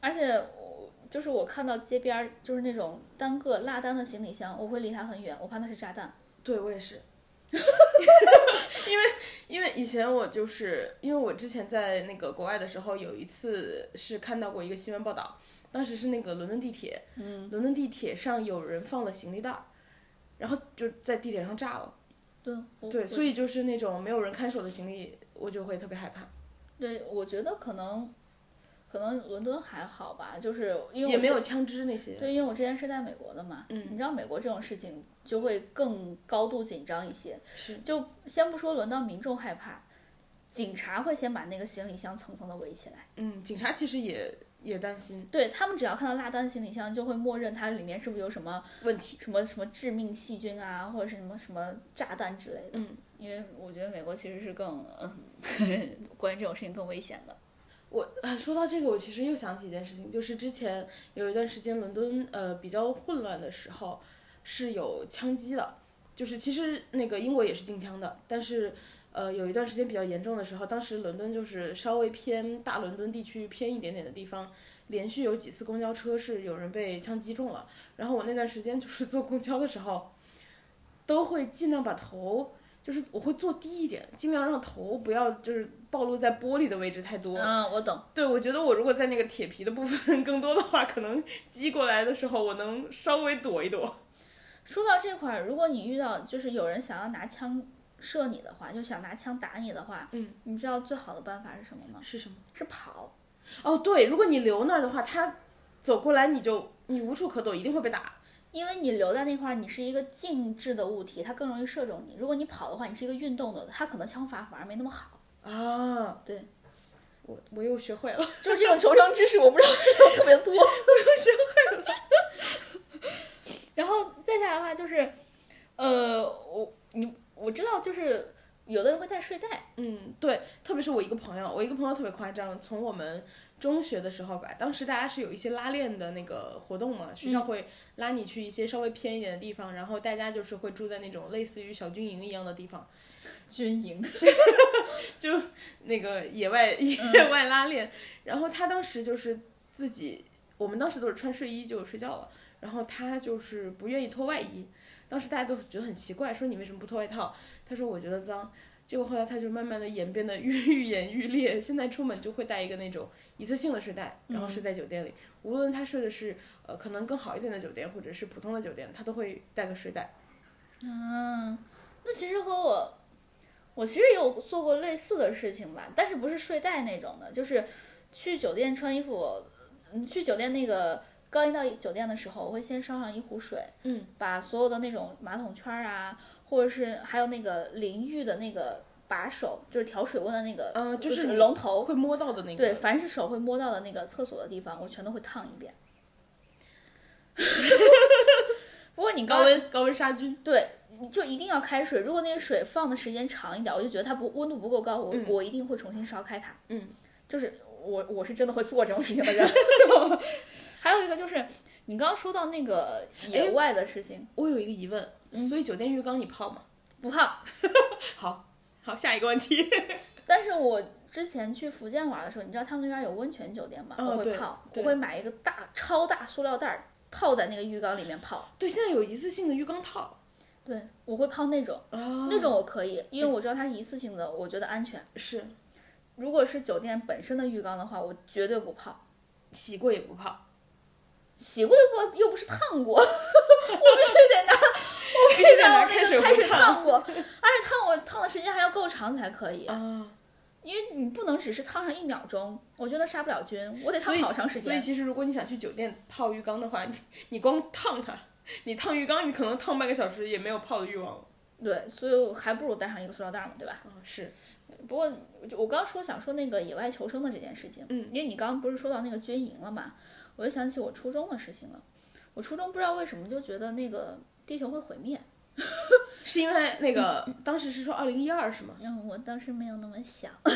而且我就是我看到街边儿就是那种单个拉单的行李箱，我会离它很远，我怕那是炸弹。对我也是， *laughs* 因为因为以前我就是因为我之前在那个国外的时候，有一次是看到过一个新闻报道，当时是那个伦敦地铁，嗯，伦敦地铁上有人放了行李袋儿，然后就在地铁上炸了。哦对，我对，我所以就是那种没有人看守的行李，我就会特别害怕，对，我觉得可能可能伦敦还好吧，就是因为我也没是有枪支那些。对，因为我之前是在美国的嘛，嗯你知道美国这种事情就会更高度紧张一些。是，就先不说轮到民众害怕，警察会先把那个行李箱层层的围起来。嗯，警察其实也也担心对他们只要看到辣单行李箱，就会默认它里面是不是有什么问题。什么什么致命细菌啊，或者是什么什么炸弹之类的。嗯，因为我觉得美国其实是更，嗯， *laughs* 关于这种事情更危险的。我啊，说到这个，我其实又想起一件事情，就是之前有一段时间伦敦呃比较混乱的时候，是有枪击的，就是其实那个英国也是禁枪的，但是呃有一段时间比较严重的时候，当时伦敦就是稍微偏大伦敦地区偏一点点的地方，连续有几次公交车是有人被枪击中了，然后我那段时间就是坐公交的时候，都会尽量把头。就是我会坐低一点，尽量让头不要就是暴露在玻璃的位置太多。嗯，我懂。对，我觉得我如果在那个铁皮的部分 *laughs* 更多的话，可能击过来的时候，我能稍微躲一躲。说到这块儿，如果你遇到就是有人想要拿枪射你的话，就想拿枪打你的话，嗯，你知道最好的办法是什么吗？是什么？是跑。哦，对，如果你留那儿的话，他走过来你就你无处可躲，一定会被打。因为你留在那块儿，你是一个静置的物体，它更容易射中你。如果你跑的话，你是一个运动的，它可能枪法反而没那么好。啊，对，我我又学会了。就是这种求生知识，我不知道为什么特别多，我学会了。然后再下来的话就是，呃，我你我知道就是有的人会带睡袋， *laughs* 嗯，对，特别是我一个朋友，我一个朋友特别夸张，从我们中学的时候吧，当时大家是有一些拉练的那个活动嘛，学校会拉你去一些稍微偏一点的地方，然后大家就是会住在那种类似于小军营一样的地方。军营。就那个野外嗯 *laughs* 野外拉练，然后他当时就是自己，我们当时都是穿睡衣就睡觉了，然后他就是不愿意脱外衣，当时大家都觉得很奇怪，说你为什么不脱外套？他说我觉得脏。结果后来它就慢慢的演变得愈愈演愈烈，现在出门就会带一个那种一次性的睡袋，然后睡在酒店里，无论他睡的是呃可能更好一点的酒店或者是普通的酒店，他都会带个睡袋。嗯，那其实和我，我其实也有做过类似的事情吧，但是不是睡袋那种的，就是去酒店穿衣服，嗯去酒店那个刚一到酒店的时候，我会先烧上一壶水，嗯，把所有的那种马桶圈儿啊，或者是还有那个淋浴的那个把手，就是调水温的那个，呃，就是你龙头，会摸到的那个。对，凡是手会摸到的那个厕所的地方，我全都会烫一遍。 *laughs* 不过你刚高温高温杀菌。对，你就一定要开水。如果那个水放的时间长一点，我就觉得它不温度不够高，我、嗯我一定会重新烧开它。嗯，就是我我是真的会做这种事 *laughs* 情的人。 *laughs* 还有一个就是你刚刚说到那个哎野外的事情，我有一个疑问，所以酒店浴缸你泡吗？不怕。好，下一个问题。但是我之前去福建玩的时候，你知道他们那边有温泉酒店吗？哦我对会泡，我对会买一个大超大塑料袋儿套在那个浴缸里面泡。 *laughs* 对，现在有一次性的浴缸套。对，我会泡那种，啊那种我可以，因为我知道它是一次性的，我觉得安全。是如果是酒店本身的浴缸的话，我绝对不泡，洗过也不 *laughs* 泡，洗过的不又不是 *laughs* 烫过，我必须得拿，我必须得拿必须得拿开那水个壶开水烫烫过，而且烫我烫的时间还要够长才可以，啊，因为你不能只是烫上一秒钟，我觉得杀不了菌，我得所烫以好长时所以间。其实如果你想去酒店泡浴缸的话，你你光烫它，你烫浴缸，你可能烫半个小时也没有泡的欲望了。对，所以我还不如带上一个塑料袋嘛，对吧？啊，是不过我就我刚说想说那个野外求生的这件事情，嗯，因为你刚刚不是说到那个军营了嘛，我就想起我初中的事情了。我初中不知道为什么就觉得那个地球会毁灭，是因为那个、当时是说二零一二是吗？嗯，我当时没有那么 *laughs* 想，啊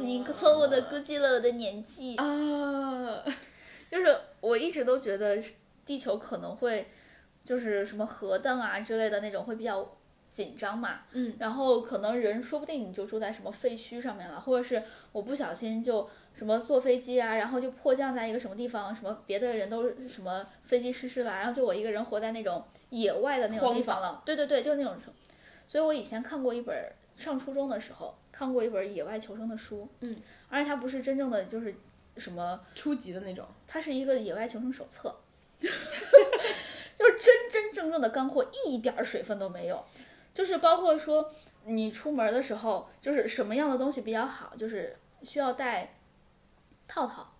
你错误的估计了我的年纪。啊，就是我一直都觉得地球可能会，就是什么核弹啊之类的那种会比较紧张嘛。嗯。然后可能人说不定你就住在什么废墟上面了，或者是我不小心就什么坐飞机啊，然后就迫降在一个什么地方，什么别的人都什么飞机失事了，然后就我一个人活在那种野外的那种地方了。对对对，就是那种。所以我以前看过一本儿上初中的时候看过一本儿野外求生的书，嗯，而且它不是真正的就是什么。初级的那种。它是一个野外求生手册， *laughs* 就是真真正正的干货，一点儿水分都没有。就是包括说你出门的时候，就是什么样的东西比较好，就是需要带套套，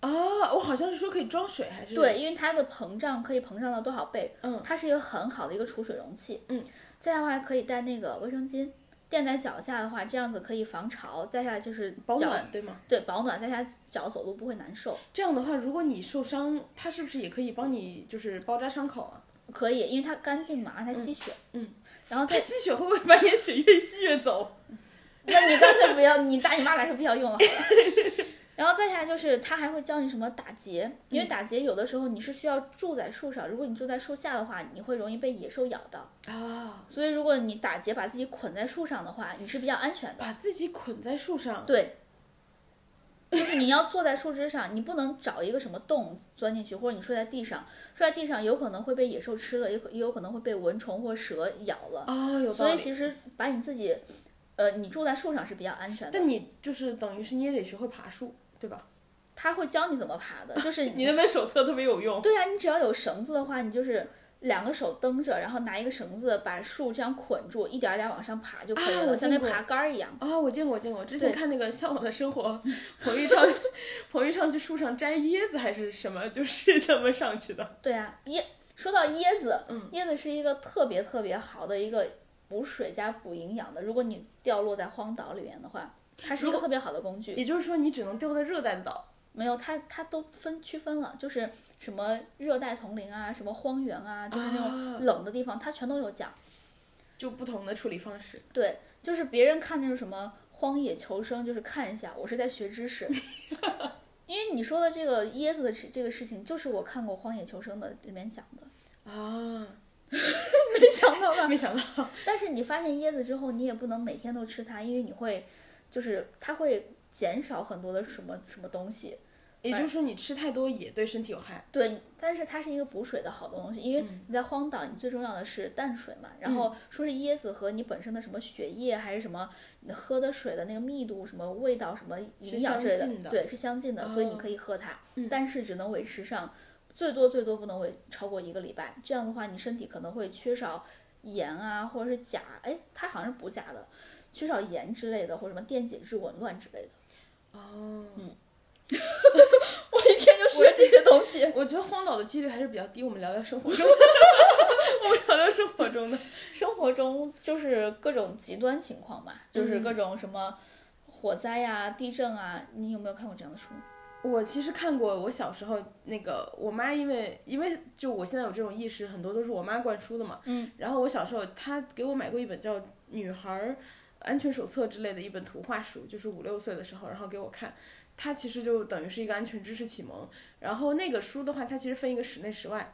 啊，我好像是说可以装水还是？对，因为它的膨胀可以膨胀到多少倍，嗯，它是一个很好的一个储水容器，嗯，再的话可以带那个卫生巾。垫在脚下的话，这样子可以防潮，再下来就是保脚，暖对吗？对保暖，再下来脚走路不会难受。这样的话，如果你受伤，它是不是也可以帮你就是包扎伤口啊？可以，因为它干净嘛，让它吸血。嗯嗯然后再它吸血会不会把你的血越吸越走？那你干脆不要，你打你妈来说不要用了好了。 *laughs* 然后再下来就是他还会教你什么打结，嗯因为打结有的时候你是需要住在树上，如果你住在树下的话，你会容易被野兽咬到。 *laughs* 啊，所以如果你打结把自己捆在树上的话，你是比较安全的。把自己捆在树上。对， *laughs* 就是你要坐在树枝上，你不能找一个什么洞钻进去，或者你睡在地上，睡在地上有可能会被野兽吃了，也可也有可能会被蚊虫或蛇咬了。啊，有道所以理。其实把你自己，呃，你住在树上是比较安全的。但你就是等于是你也得学会爬树，对吧？他会教你怎么爬的，就是 *laughs* 你那本手册特别有用。对啊，你只要有绳子的话，你就是两个手蹬着，然后拿一个绳子把树这样捆住，一点儿一点儿往上爬就可以啊了，我像那见过爬杆儿一样。啊、我见过，我见过。之前对看那个《向往的生活》， *laughs* 彭昱畅，彭昱畅去树上摘椰子还是什么，就是那么上去的。对啊，椰说到椰子，嗯椰子是一个特别特别好的一个补水加补营养的，如果你掉落在荒岛里面的话，它是一如个果特别好的工具。也就是说，你只能掉在热带的岛。没有，它它都分区分了，就是什么热带丛林啊，什么荒原啊，就是那啊种冷的地方，它全都有讲。就不同的处理方式，对，就是别人看那种什么荒野求生，就是看一下，我是在学知识。 *laughs* 因为你说的这个椰子的事这个事情，就是我看过《荒野求生》的里面讲的，啊，没想到 *laughs* 吧？没想到但是你发现椰子之后，你也不能每天都吃它，因为你会，就是它会减少很多的什么什么东西，也就是说你吃太多也对身体有害。对，但是它是一个补水的好东西，因为嗯你在荒岛，你最重要的是淡水嘛。然后说是椰子和你本身的什么血液还是什么，你喝的水的那个密度、什么味道、什么营养之类是相近的对，是相近的，所以哦你可以喝它，嗯但是只能维持上最多最多不能维超过一个礼拜。这样的话，你身体可能会缺少盐啊，或者是钾，哎，它好像是补钾的，缺少盐之类的，或者什么电解质紊乱之类的。哦， *laughs* 我一天就学这些东西。我觉得荒岛的几率还是比较低。我们聊聊生活中的，我们聊聊生活中的。生活中就是各种极端情况嘛，嗯就是各种什么火灾呀、地震啊，你有没有看过这样的书？ *laughs* 我其实看过，我小时候那个我妈，因为因为就我现在有这种意识，很多都是我妈灌输的嘛。嗯。然后我小时候，她给我买过一本叫《女孩儿安全手册》之类的一本图画书，就是五六岁的时候，然后给我看。它其实就等于是一个安全知识启蒙。然后那个书的话，它其实分一个室内、室外。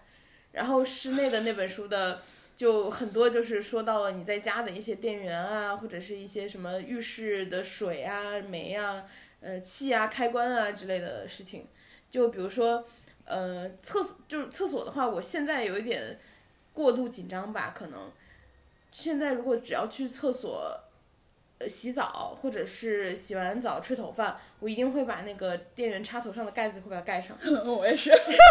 然后室内的那本书的。就很多就是说到了你在家的一些电源啊，或者是一些什么浴室的水啊、煤啊，呃气啊、开关啊之类的事情。就比如说，呃，厕所就是厕所的话，我现在有一点过度紧张吧，可能现在如果只要去厕所。呃洗澡或者是洗完澡吹头发，我一定会把那个电源插头上的盖子会把它盖上。我也是， *laughs*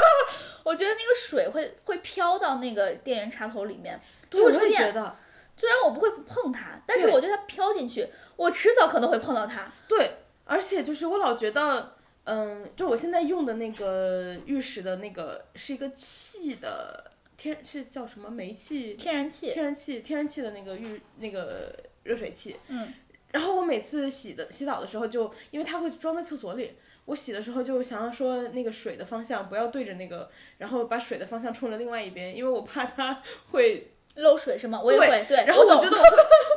我觉得那个水会会飘到那个电源插头里面，对，我充也电觉得，虽然我不会碰它，但是对我觉得它飘进去，我迟早可能会碰到它。对，而且就是我老觉得，嗯，就我现在用的那个浴室的那个是一个气的天，是叫什么煤气天然气，天然气天然气的那个浴那个热水器，嗯，然后我每次洗的洗澡的时候就，因为它会装在厕所里，我洗的时候就想要说那个水的方向不要对着那个，然后把水的方向冲着另外一边，因为我怕它会， *laughs* 漏水是吗？我也会，对。然后我懂觉得我会，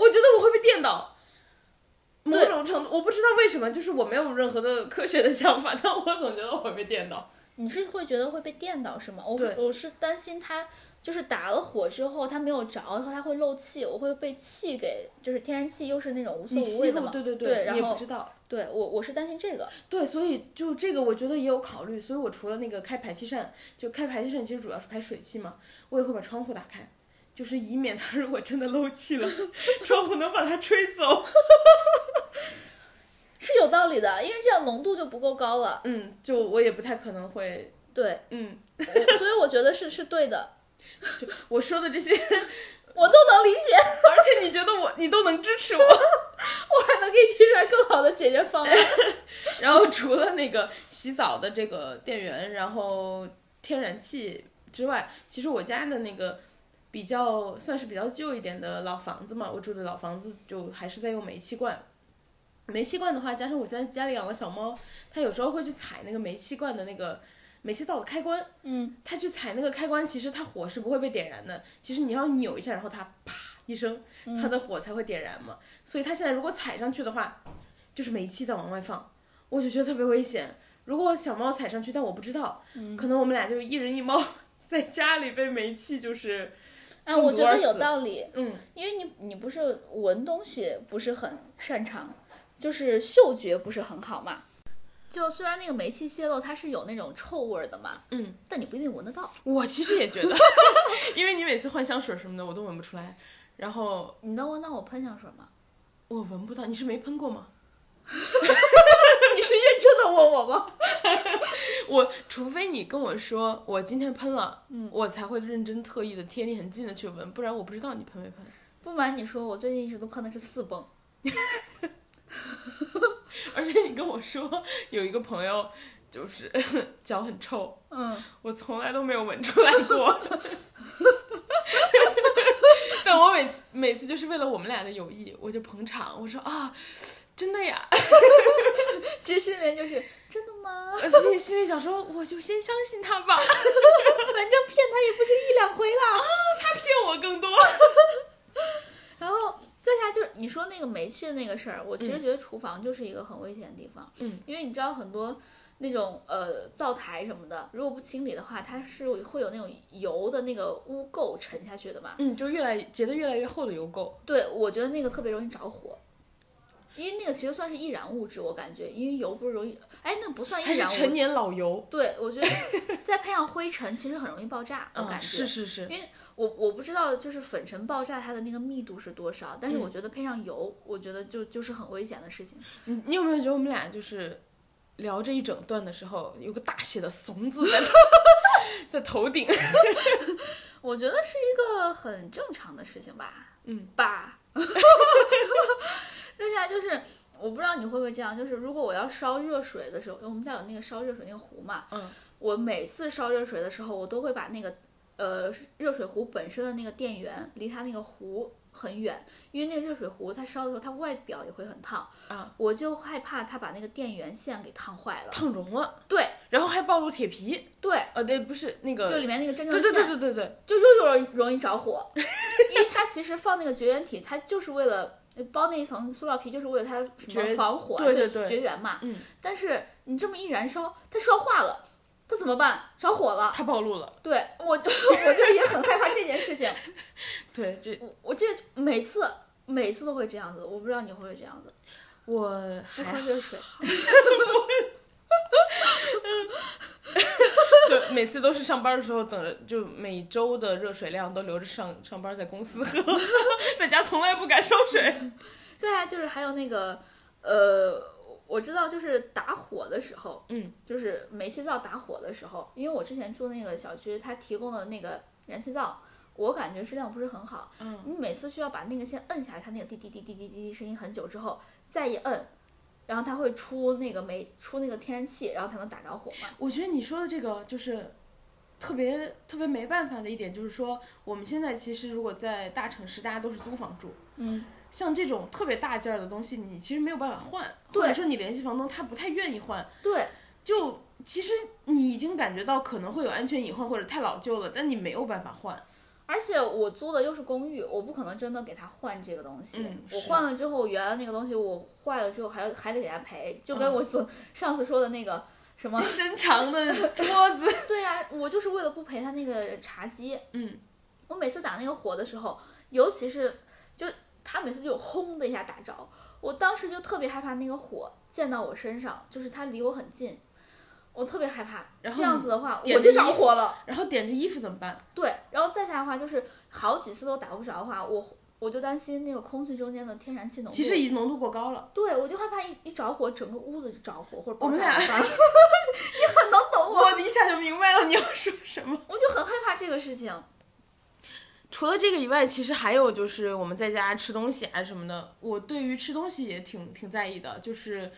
我觉得我会被电到。某对种程度，我不知道为什么，就是我没有任何的科学的想法，但我总觉得我会被电到。你是会觉得会被电到是吗？我不对我是担心它就是打了火之后它没有着，然后它会漏气，我会被气给就是天然气又是那种无色你无吸味的入，嘛。对对对，你也然不后知道。对我我是担心这个，对，所以就这个，我觉得也有考虑。所以我除了那个开排气扇，就开排气扇其实主要是排水汽嘛，我也会把窗户打开，就是以免它 *laughs* 如果真的漏气了， *laughs* 窗户能把它吹走。是有道理的，因为这样浓度就不够高了。 *laughs* 嗯，就我也不太可能会，对，嗯，我所以我觉得是是对的，就我说的这些， *laughs* 我都能理解，而且你觉得我，你都能支持我。我还能给你提出来更好的解决 *laughs* 方案。然后除了那个洗澡的这个电源，然后天然气之外，其实我家的那个比较算是比较旧一点的老房子嘛，我住的老房子就还是在用煤气罐。煤气罐的话，加上我现在家里养了小猫，它有时候会去踩那个煤气罐的那个煤气灶的开关，嗯，它去踩那个开关，其实它火是不会被点燃的。其实你要扭一下，然后它啪一声，它的火才会点燃嘛。所以它现在如果踩上去的话，就是煤气在往外放，我就觉得特别危险。如果小猫踩上去，但我不知道，可能我们俩就一人一猫 *laughs* 在家里被煤气就是，啊，中毒我觉得而有死道理，嗯，因为你你不是闻东西不是很擅长，就是嗅觉不是很好嘛。就虽然那个煤气泄漏它是有那种臭味儿的嘛，嗯，但你不一定闻得到，我其实也觉得， *laughs* 因为你每次换香水什么的，我都闻不出来，然后你能闻到我喷香水吗？我闻不到，你是没喷过吗？ *laughs* 你是认真的闻我吗？ *laughs* 我除非你跟我说我今天喷了，嗯，我才会认真特意的贴你很近的去闻，不然我不知道你喷没喷。不瞒你说，我最近一直都喷的是四泵，而且你跟我说有一个朋友就是 *laughs* 脚很臭，嗯，我从来都没有闻出来过。 *laughs* 但我每次每次就是为了我们俩的友谊，我就捧场，我说啊，真的呀， *laughs* *laughs* 其实心里面就是真的吗？心里心里想说，我就先相信他吧，反正骗他也不是一两回啦。他骗我更 *laughs* 多。然后再下就是你说那个煤气的那个事儿，我其实觉得厨房就是一个很危险的地方，嗯，因为你知道很多那种呃灶台什么的，如果不清理的话，它是会有那种油的那个污垢沉下去的嘛。嗯，就越来结的越来越厚的油垢，对，我觉得那个特别容易着火。因为那个其实算是易燃物质，我感觉，因为油不是容易，哎，那不算还易是燃物陈质。年老油，对，我觉得 *laughs* 再配上灰尘，其实很容易爆炸，我嗯，感觉。是是是，我我不知道，就是粉尘爆炸它的那个密度是多少，但是嗯我觉得配上油，我觉得就就是很危险的事情。你你有没有觉得我们俩就是聊这一整段的时候，有个大写的“怂”字 *laughs* 在头在头顶？我觉得是一个很正常的事情吧，嗯，吧。 *laughs* 接下来就是，我不知道你会不会这样，就是如果我要烧热水的时候，我们家有那个烧热水那个壶嘛，嗯，我每次烧热水的时候，我都会把那个呃热水壶本身的那个电源离它那个壶很远，因为那个热水壶它烧的时候，它外表也会很烫啊，我就害怕它把那个电源线给烫坏了。烫融了，对然后还暴露铁皮，对，呃，对，不是那就个，里面那个真正对的对线对对对对，就又容易容易着火， *laughs* 因为它其实放那个绝缘体，它就是为了呃包那一层塑料皮，就是为了它什绝么防火啊，对对对对绝缘嘛。嗯，但是你这么一燃烧，它烧化了，它怎么办？着火了。它暴露了，对我就我就也很害怕这件事情，对，这我我这每次每次都会这样子，我不知道你会不会这样子， *laughs* 我不还喝热水。 *laughs* 就每次都是上班的时候等着，就每周的热水量都留着上上班在公司喝， *laughs* 在家从来不敢烧水。再来就是还有那个，呃，我知道就是打火的时候，嗯，就是煤气灶打火的时候，因为我之前住那个小区，它提供的那个燃气灶，我感觉质量不是很好。嗯，你每次需要把那个先摁下来，它那个滴滴滴滴滴滴滴声音很久之后，再一摁，然后它会出那个煤出那个天然气，然后才能打着火嘛。我觉得你说的这个就是特别特别没办法的一点，就是说我们现在其实如果在大城市，大家都是租房住，嗯，像这种特别大件儿的东西，你其实没有办法换，对或者说你联系房东，他不太愿意换，对就其实你已经感觉到可能会有安全隐患或者太老旧了，但你没有办法换。而且我租的又是公寓，我不可能真的给他换这个东西。嗯我是换了之后，原来那个东西我坏了之后还要还得给他赔，就跟嗯，我所、上次说的那个什么 *laughs* 伸长的桌子，对呀、我就是为了不赔他那个茶几。 *laughs* 嗯，我每次打那个火的时候，尤其是就他每次就轰的一下打着，我当时就特别害怕那个火溅到我身上，就是它离我很近，我特别害怕。然后这样子的话，你点我就着着衣服火了。然后点着衣服怎么办？对，然后再下的话就是好几次都打不着的话，我我就担心那个空气中间的天然气浓度。其实已经浓度过高了。对我就害怕一一着火，整个屋子就着火或者我爆们炸俩 *laughs* 怎么办你很能懂我，我一下就明白了你要说什么。我就很害怕这个事情。除了这个以外，其实还有就是我们在家吃东西啊什么的，我对于吃东西也挺挺在意的。就是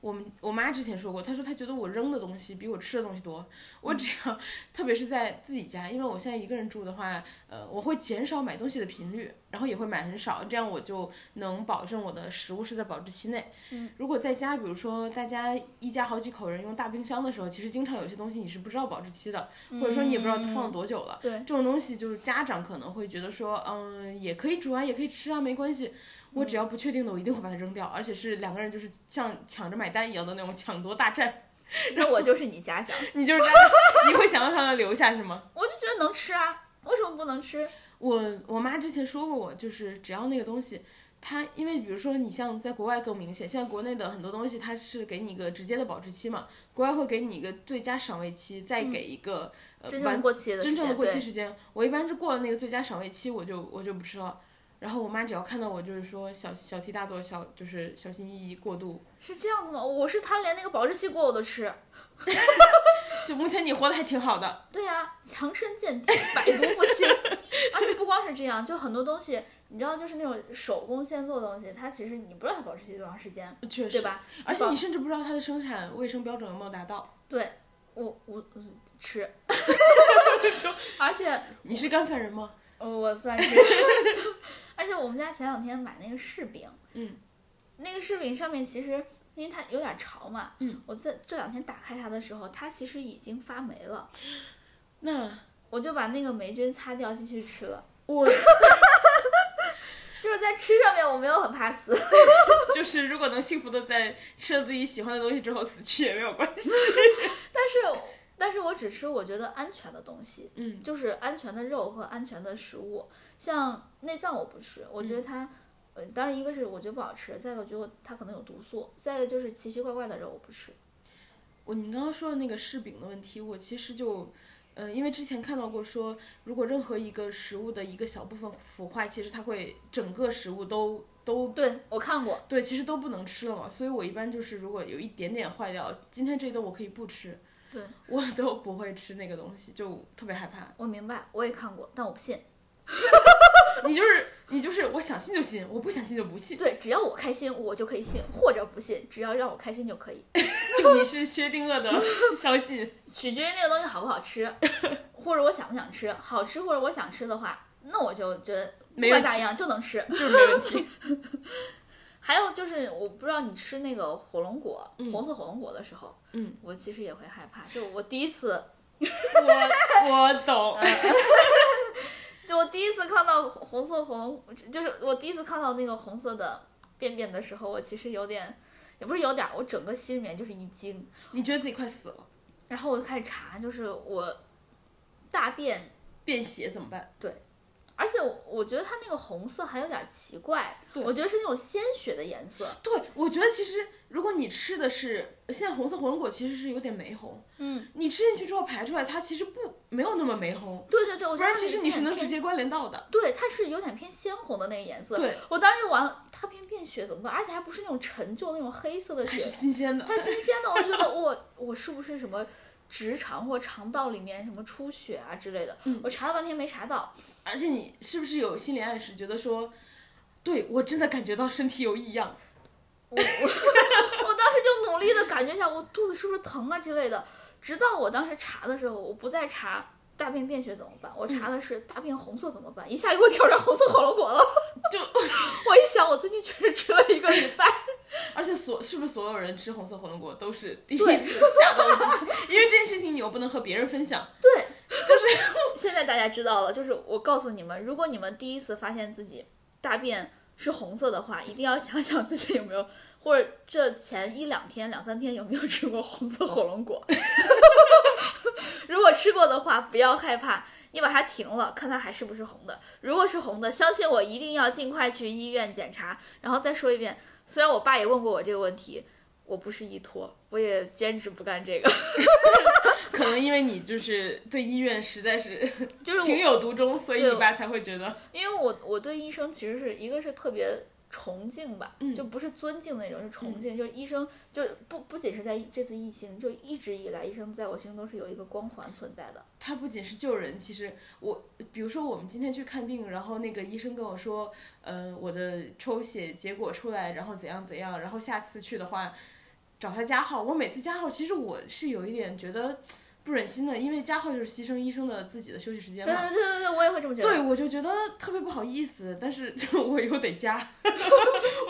我们我妈之前说过，她说她觉得我扔的东西比我吃的东西多。我只要，特别是在自己家，因为我现在一个人住的话，呃，我会减少买东西的频率，然后也会买很少，这样我就能保证我的食物是在保质期内。嗯，如果在家，比如说大家一家好几口人用大冰箱的时候，其实经常有些东西你是不知道保质期的，或者说你也不知道它放了多久了。嗯对这种东西就是家长可能会觉得说，嗯，也可以煮啊，也可以吃啊，没关系。我嗯只要不确定的，我一定会把它扔掉，而且是两个人就是像抢着买单一样的那种抢夺大战。那我就是你家长，你就是这样，你会想要他们留下是吗？我就觉得能吃啊，为什么不能吃？我我妈之前说过我，就是只要那个东西，它因为比如说你像在国外更明显，现在国内的很多东西它是给你一个直接的保质期嘛，国外会给你一个最佳赏味期，再给一个、呃嗯真正完的过期的时真间，正的过期对时间。我一般是过了那个最佳赏味期，我就我就不吃了。然后我妈只要看到我，就是说小小题大做，小就是小心翼翼过度。是这样子吗？我是他连那个保质期过我都吃。就目前你活得还挺好的，对呀、强身健体，百毒不侵。而且不光是这样，就很多东西，你知道，就是那种手工现做的东西，它其实你不知道它保质期多长时间，确对实。吧？而且你甚至不知道它的生产卫生标准有没有达到。对我我嗯 *laughs* 吃， *laughs* 而且你是干饭人吗？呃我算是， *laughs* 而且我们家前两天买那个柿饼，嗯，那个柿饼上面其实因为它有点潮嘛，嗯，我这这两天打开它的时候，它其实已经发霉了，那我就把那个霉菌擦掉继续吃了。 *laughs* 我就是在吃上面我没有很怕死， *laughs* 就是如果能幸福的在吃了自己喜欢的东西之后死去也没有关系。但是，但是我只吃我觉得安全的东西，嗯，嗯就是安全的肉和安全的食物。像内脏我不吃，我觉得它呃，当然一个是我觉得不好吃，再一个我觉得它可能有毒素，再一个就是奇奇怪怪的肉我不吃。我你刚刚说的那个柿饼的问题，我其实就，呃，因为之前看到过说，如果任何一个食物的一个小部分腐坏，其实它会整个食物都都对我看过，对，其实都不能吃了嘛。所以我一般就是如果有一点点坏掉，今天这一顿我可以不吃，对我都不会吃那个东西，就特别害怕。我明白，我也看过，但我不信。你就是你就是，我想信就信，我不想信就不信。对，只要我开心，我就可以信，或者不信，只要让我开心就可以。 *laughs* 你是薛定谔的相 *laughs* 信。取决于那个东西好不好吃，或者我想不想吃。好吃或者我想吃的话，那我就觉得不没问管题咋样就能吃。就是没问题。还有就是，我不知道你吃那个火龙果，嗯红色火龙果的时候，嗯，我其实也会害怕。就我第一次，我我 *laughs* 懂，就我第一次看到红红色火龙，就是我第一次看到那个红色的便便的时候，我其实有点，也不是有点，我整个心里面就是一惊。你觉得自己快死了，然后我就开始查，就是我大便，便血怎么办？而且我我觉得它那个红色还有点奇怪，对我觉得是那种鲜血的颜色。对，我觉得其实如果你吃的是现在红色火龙果，其实是有点玫红。嗯，你吃进去之后排出来，它其实不没有那么玫红，对对对，我不觉得然它其实你是有点能直偏，接关联到的。对，它是有点偏鲜红的那个颜色。对，我当时就完了，它偏变血怎么办？而且还不是那种陈旧那种黑色的它血是，新鲜的。它是新鲜的。我觉得我我是不是什么？直肠或肠道里面什么出血啊之类的，嗯我查了半天没查到，而且你是不是有心理暗示，觉得说，对我真的感觉到身体有异样？我 *laughs* 我我当时就努力的感觉一下，我肚子是不是疼啊之类的。直到我当时查的时候，我不再查大便便血怎么办，我嗯查的是大便红色怎么办，一下给我挑战红色火龙果了。就 *laughs* 我一想，我最近确实吃了一个礼 *laughs* 拜，而且所是不是所有人吃红色火龙果都是第一次吓到 *laughs* 自己？因为这件事情你又不能和别人分享，对，就是现在大家知道了，就是我告诉你们，如果你们第一次发现自己大便是红色的话，一定要想想自己有没有，或者这前一两天、两三天有没有吃过红色火龙果。 *laughs* 如果吃过的话，不要害怕，你把它停了，看它还是不是红的。如果是红的，相信我，一定要尽快去医院检查。然后再说一遍，虽然我爸也问过我这个问题，我不是医托，我也坚持不干这个，可能因为你就是对医院实在是就是我情有独钟，所以对你爸才会觉得因为我我对医生其实是一个是特别崇敬吧，就不是尊敬那种，是崇敬。就是医生就不不仅是在这次疫情，就一直以来，医生在我心中都是有一个光环存在的。他不仅是救人，其实我比如说我们今天去看病，然后那个医生跟我说，呃，我的抽血结果出来，然后怎样怎样，然后下次去的话找他加号。我每次加号，其实我是有一点觉得不忍心的，因为加号就是牺牲医生的自己的休息时间对嘛。对对对对，我也会这么觉得。对，我就觉得特别不好意思，但是 *laughs* 就我又得加，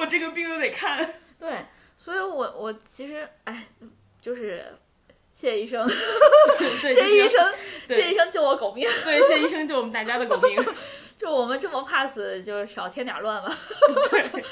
我这个病又得看。对，所以我我其实哎，就是谢谢医生，对， *laughs* 谢就是谢要医生，谢对谢医生救我狗命。对，谢医生救我们大家的狗命。就我们这么怕死，就少添点乱吧。 *laughs* 对，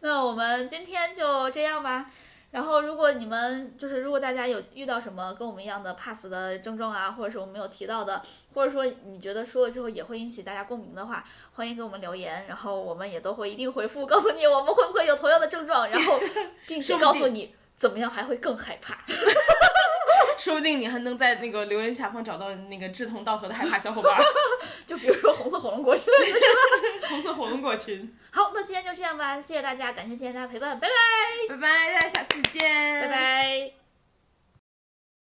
那我们今天就这样吧。然后，如果你们就是如果大家有遇到什么跟我们一样的怕死的症状啊，或者是我们没有提到的，或者说你觉得说了之后也会引起大家共鸣的话，欢迎给我们留言，然后我们也都会一定回复，告诉你我们会不会有同样的症状，然后并且 *laughs* 说不定告诉你怎么样还会更害怕。说不定你还能在那个留言下方找到那个志同道合的害怕小伙伴儿， *laughs* 就比如说红色火龙果之类的。 *laughs* 红色火龙果群。好，那今天就这样吧，谢谢大家，感谢今天大家陪伴，拜拜。拜拜，大家下次见，拜拜